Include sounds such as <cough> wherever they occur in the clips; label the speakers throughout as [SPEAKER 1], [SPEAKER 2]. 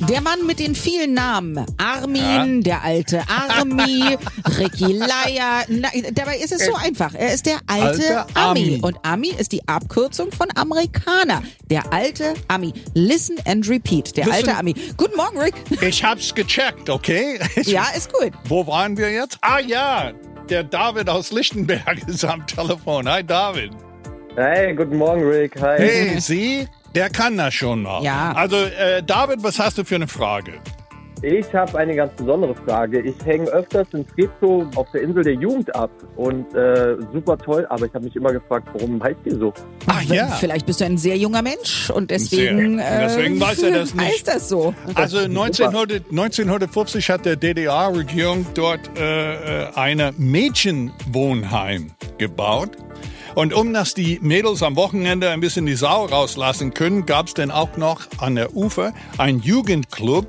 [SPEAKER 1] Der Mann mit den vielen Namen. Armin, der alte
[SPEAKER 2] <laughs>
[SPEAKER 1] Armi, Ricky Leier. Na, dabei ist es so einfach. Er ist der alte
[SPEAKER 2] Alter
[SPEAKER 1] Ami.
[SPEAKER 2] Äh. Ami.
[SPEAKER 1] Und Ami ist die Abkürzung von Amerikaner. Der alte Ami. Listen and repeat. Der
[SPEAKER 2] Listen.
[SPEAKER 1] alte Ami. Guten Morgen, Rick.
[SPEAKER 2] Ich hab's gecheckt, okay?
[SPEAKER 1] Ja, ist gut.
[SPEAKER 2] <laughs> Wo waren wir jetzt? Ah ja, der David aus Lichtenberg <laughs> ist am Telefon. Hi, David.
[SPEAKER 3] Hey, guten Morgen, Rick. Hi.
[SPEAKER 2] Hey, <laughs> Sie? Der kann das schon noch.
[SPEAKER 1] Ja.
[SPEAKER 2] Also, äh, David, was hast du für eine Frage?
[SPEAKER 3] Ich habe eine ganz besondere Frage. Ich hänge öfters in Treptow auf der Insel der Jugend ab und äh, super toll, aber ich habe mich immer gefragt, warum heißt die so?
[SPEAKER 2] Ah ja.
[SPEAKER 1] Vielleicht bist du ein sehr junger Mensch und deswegen,
[SPEAKER 2] Sehr. Und deswegen
[SPEAKER 1] äh,
[SPEAKER 2] weiß er
[SPEAKER 1] <laughs>
[SPEAKER 2] das nicht.
[SPEAKER 1] Heißt das so.
[SPEAKER 2] Also 1900, 1950 hat der DDR-Regierung dort äh, äh, eine Mädchenwohnheim gebaut. Und um dass die Mädels am Wochenende ein bisschen die Sau rauslassen können, gab es dann auch noch an der Ufer einen Jugendclub.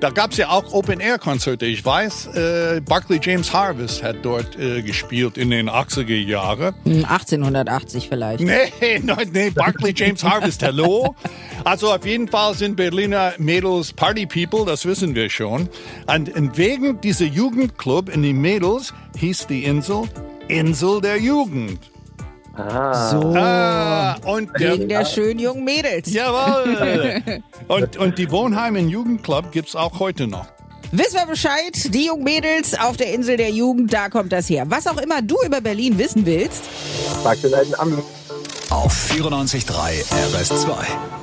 [SPEAKER 2] Da gab es ja auch Open-Air-Konzerte. Ich weiß, äh, Buckley James Harvest hat dort äh, gespielt in den 80er Jahren.
[SPEAKER 1] Hm, 1880 vielleicht.
[SPEAKER 2] Nee, nein, nee, Barclay James Harvest, hallo. Also auf jeden Fall sind Berliner Mädels Party People, das wissen wir schon. Und wegen dieser Jugendclub in den Mädels hieß die Insel Insel der Jugend.
[SPEAKER 3] Ah,
[SPEAKER 1] So.
[SPEAKER 2] Ah, und der,
[SPEAKER 1] Oh. Wegen der schönen jungen Mädels.
[SPEAKER 2] jawohl. und, und die Wohnheim im Jugendclub gibt's auch heute noch.
[SPEAKER 1] Wissen wir Bescheid, die jungen Mädels auf der Insel der Jugend, da kommt das her. Was auch immer du über Berlin wissen willst,
[SPEAKER 3] frag den alten Ami.
[SPEAKER 4] Auf 94.3 RS2.